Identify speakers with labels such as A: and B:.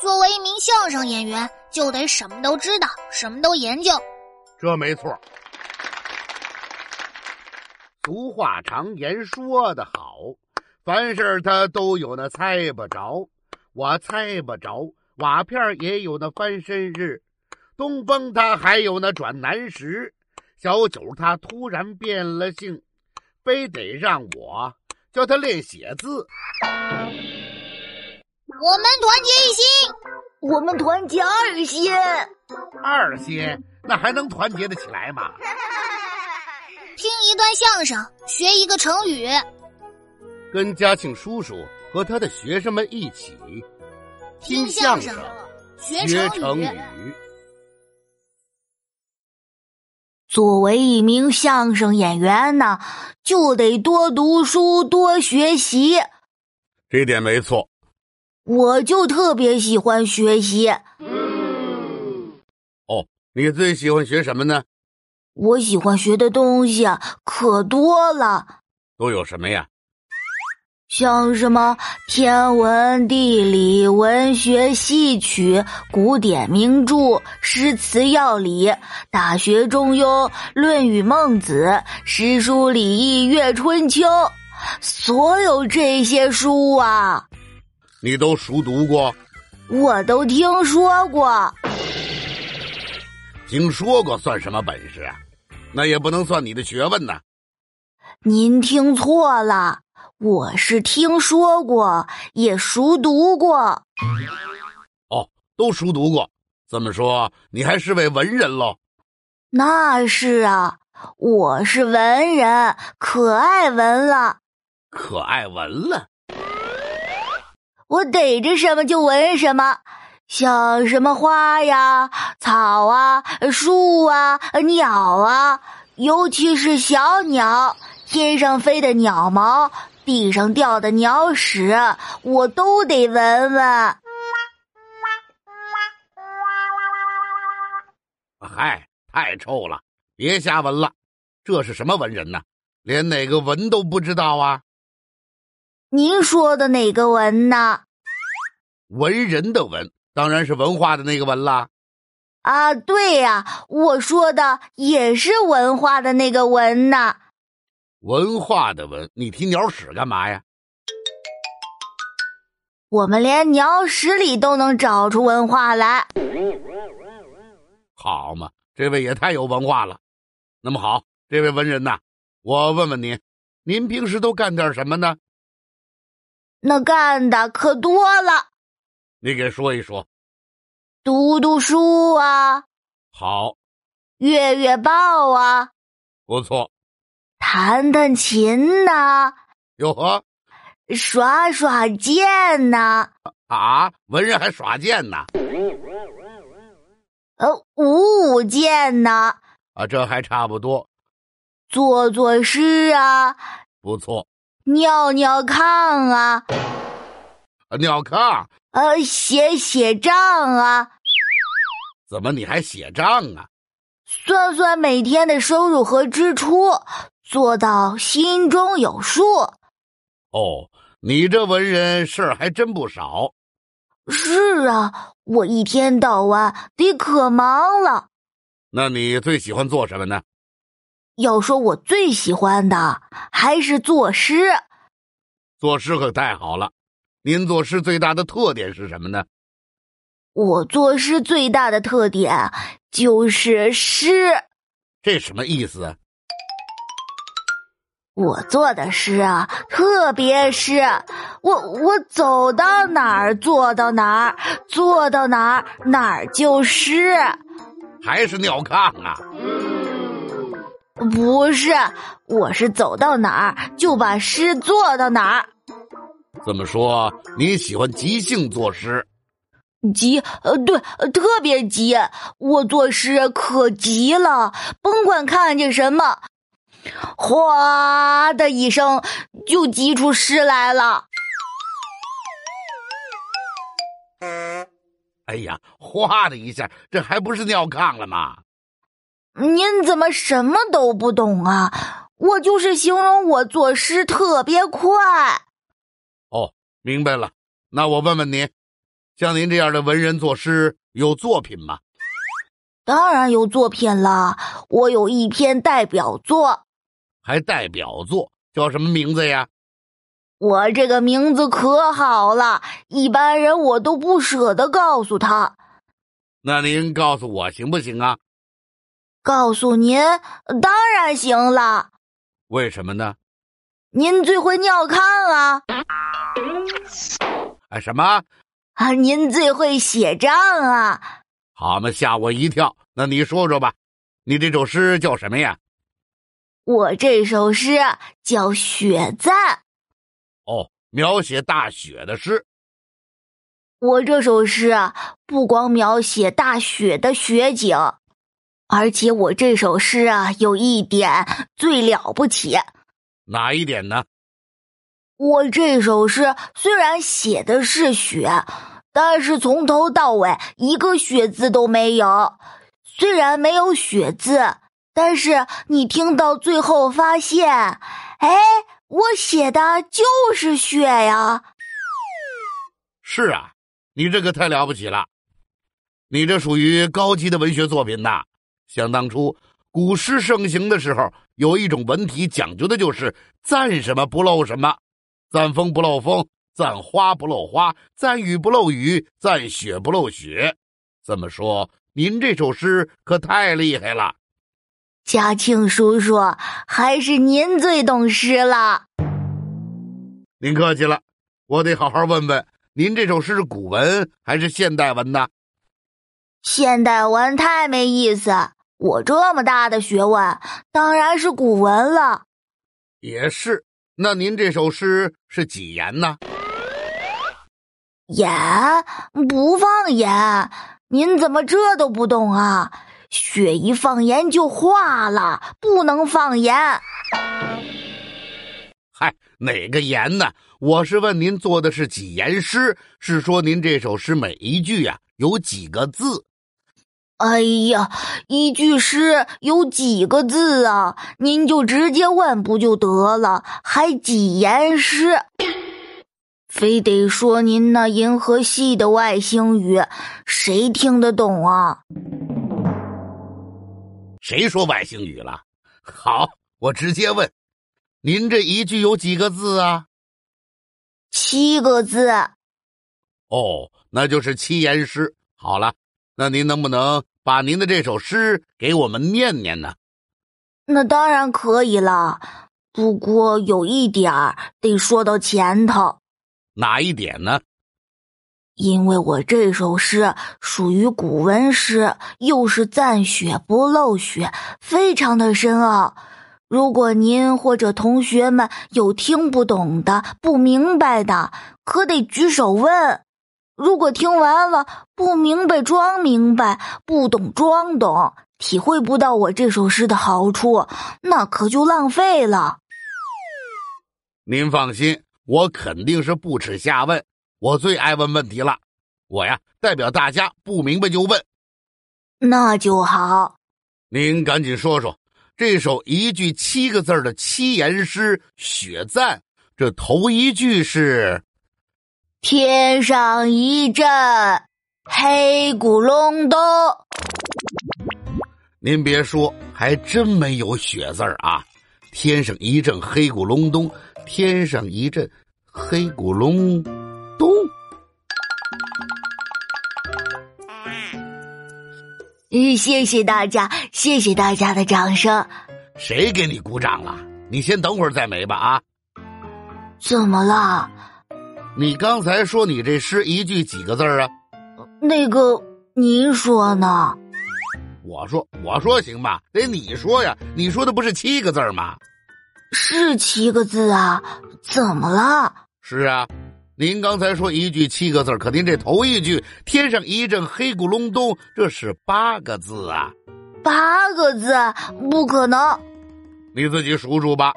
A: 作为一名相声演员，就得什么都知道，什么都研究。
B: 这没错。
C: 俗话常言说得好，凡事他都有那猜不着。我猜不着，瓦片儿也有那翻身日，东风它还有那转南时。小九他突然变了性，非得让我教他练写字。
A: 我们团结一心，
D: 我们团结二心，
C: 二些那还能团结得起来吗？
A: 听一段相声，学一个成语。
C: 跟嘉庆叔叔和他的学生们一起
A: 听
C: 相
A: 相声，学
C: 学
A: 成
C: 成
A: 语。
C: 语。
D: 作为一名相声演员呢，就得多读书，多学习。
B: 这点没错。
D: 我就特别喜欢学习，
C: 你最喜欢学什么呢？
D: 我喜欢学的东西啊可多了，
C: 都有什么呀？
D: 像什么天文、地理、文学、戏曲、古典名著、诗词要理、大学中庸、论语孟子、诗书礼易乐春秋，所有这些书啊，
C: 你都熟读过、
D: 我都听说过。
C: 听说过，算什么本事啊？那也不能算你的学问呐。
D: 您听错了，我是听说过，也熟读过。
C: 都熟读过，这么说你还是位文人喽？
D: 那是啊，我是文人，可爱文了。
C: 可爱文了，
D: 我逮着什么就闻什么，像什么花呀、草啊、树啊、鸟啊，尤其是小鸟，天上飞的鸟毛，地上掉的鸟屎，我都得闻闻。
C: 嗨，太臭了，别瞎闻了。这是什么文人呐？连哪个文都不知道啊？
D: 您说的哪个闻呢？
C: 文人的文当然是文化的那个文啦。
D: 啊，对呀、我说的也是文化的那个文呐。
C: 文化的文，你提鸟屎干嘛呀？
D: 我们连鸟屎里都能找出文化来。
C: 好嘛，这位也太有文化了。那么好，这位文人呐，我问问您，您平时都干点什么呢？
D: 那干的可多了，
C: 你给说一说。
D: 读读书啊，
C: 好，
D: 阅阅报啊，
C: 不错。
D: 弹弹琴呐、
C: 哟呵，
D: 耍耍剑呐、
C: 啊，文人还耍剑呢？
D: 呃，舞舞剑呐、
C: 啊，这还差不多，
D: 做做诗啊，
C: 不错。
D: 尿尿炕啊，
C: 啊，尿炕，
D: 呃，写写账啊，
C: 怎么你还写账啊？
D: 算算每天的收入和支出，做到心中有数。
C: 哦，你这文人事儿还真不少。
D: 是啊，我一天到晚得可忙了。
C: 那你最喜欢做什么呢？
D: 要说我最喜欢的还是作诗，
C: 作诗可太好了。您作诗最大的特点是什么呢？
D: 我作诗最大的特点就是诗。
C: 这什么意思？啊
D: 我做的诗啊，特别是我我走到哪儿坐到哪儿，坐到哪儿哪儿就诗。
C: 还是尿炕啊？
D: 不是，我是走到哪儿就把诗做到哪儿。
C: 这么说，你喜欢即兴作诗？
D: 急，呃，对，呃特别急。我作诗可急了，甭管看见什么，哗的一声就急出诗来了。
C: 哎呀，哗的一下，这还不是尿炕了吗？
D: 您怎么什么都不懂啊？我就是形容我作诗特别快。
C: 明白了。那我问问您，像您这样的文人作诗有作品吗？
D: 当然有作品了，我有一篇代表作，
C: 还代表作叫什么名字呀？
D: 我这个名字可好了，一般人我都不舍得告诉他。
C: 那您告诉我行不行啊？
D: 告诉您，当然行了，
C: 为什么呢？
D: 您最会尿炕啊，
C: 哎，什么？
D: 啊，您最会写账啊。
C: 好嘛，吓我一跳。那你说说吧，你这首诗叫什么呀？
D: 我这首诗叫《雪赞》，
C: 哦，描写大雪的诗。
D: 我这首诗啊，不光描写大雪的雪景，而且我这首诗啊有一点最了不起，
C: 哪一点呢？
D: 我这首诗虽然写的是雪，但是从头到尾一个雪字都没有。虽然没有雪字，但是你听到最后发现，哎，我写的就是雪呀！
C: 是啊，你这个太了不起了，你这属于高级的文学作品呐。想当初古诗盛行的时候，有一种文体讲究的就是赞什么不漏什么，赞风不漏风，赞花不漏花，赞雨不漏雨，赞雪不漏雪。这么说，您这首诗可太厉害了。
D: 嘉庆叔叔，还是您最懂诗了。
C: 您客气了，我得好好问问您这首诗是古文还是现代文呢？
D: 现代文太没意思，我这么大的学问，当然是古文了。
C: 也是。那您这首诗是几言呢？
D: 演不放眼，您怎么这都不懂啊？雪一放盐就化了，不能放盐。
C: 嗨，哪个言呢？我是问您做的是几言诗，是说您这首诗每一句呀、有几个字？
D: 哎呀，一句诗有几个字啊？您就直接问不就得了，还几言诗？非得说您那银河系的外星语，谁听得懂啊？
C: 谁说外星语了？好，我直接问，您这一句有几个字啊？
D: 七个字，
C: 哦，那就是七言诗。好了，那您能不能把您的这首诗给我们念念呢？
D: 那当然可以了。不过有一点儿得说到前头，
C: 哪一点呢？
D: 因为我这首诗属于古文诗，又是赞雪不漏雪，非常的深奥。如果您或者同学们有听不懂的、不明白的，可得举手问。如果听完了不明白装明白，不懂装懂，体会不到我这首诗的好处，那可就浪费了。
C: 您放心，我肯定是不耻下问，我最爱问问题了。我呀，代表大家不明白就问。
D: 那就好。
C: 您赶紧说说，这首一句七个字儿的七言诗《雪赞》，这头一句是
D: 天上一阵黑咕隆咚，
C: 您别说，还真没有雪字儿啊！天上一阵黑咕隆咚，天上一阵黑咕隆咚。
D: 嗯谢谢大家，谢谢大家的掌声。
C: 谁给你鼓掌了？你先等会儿再没吧啊！
D: 怎么了？
C: 你刚才说你这诗一句几个字儿啊？
D: 那个您说呢？
C: 我说我说行吧，得你说呀，你说的不是七个字儿吗？
D: 是七个字啊？怎么了？
C: 是啊，您刚才说一句七个字儿，可您这头一句“天上一阵黑咕隆咚”，这是八个字啊！
D: 八个字？不可能！
C: 你自己数数吧，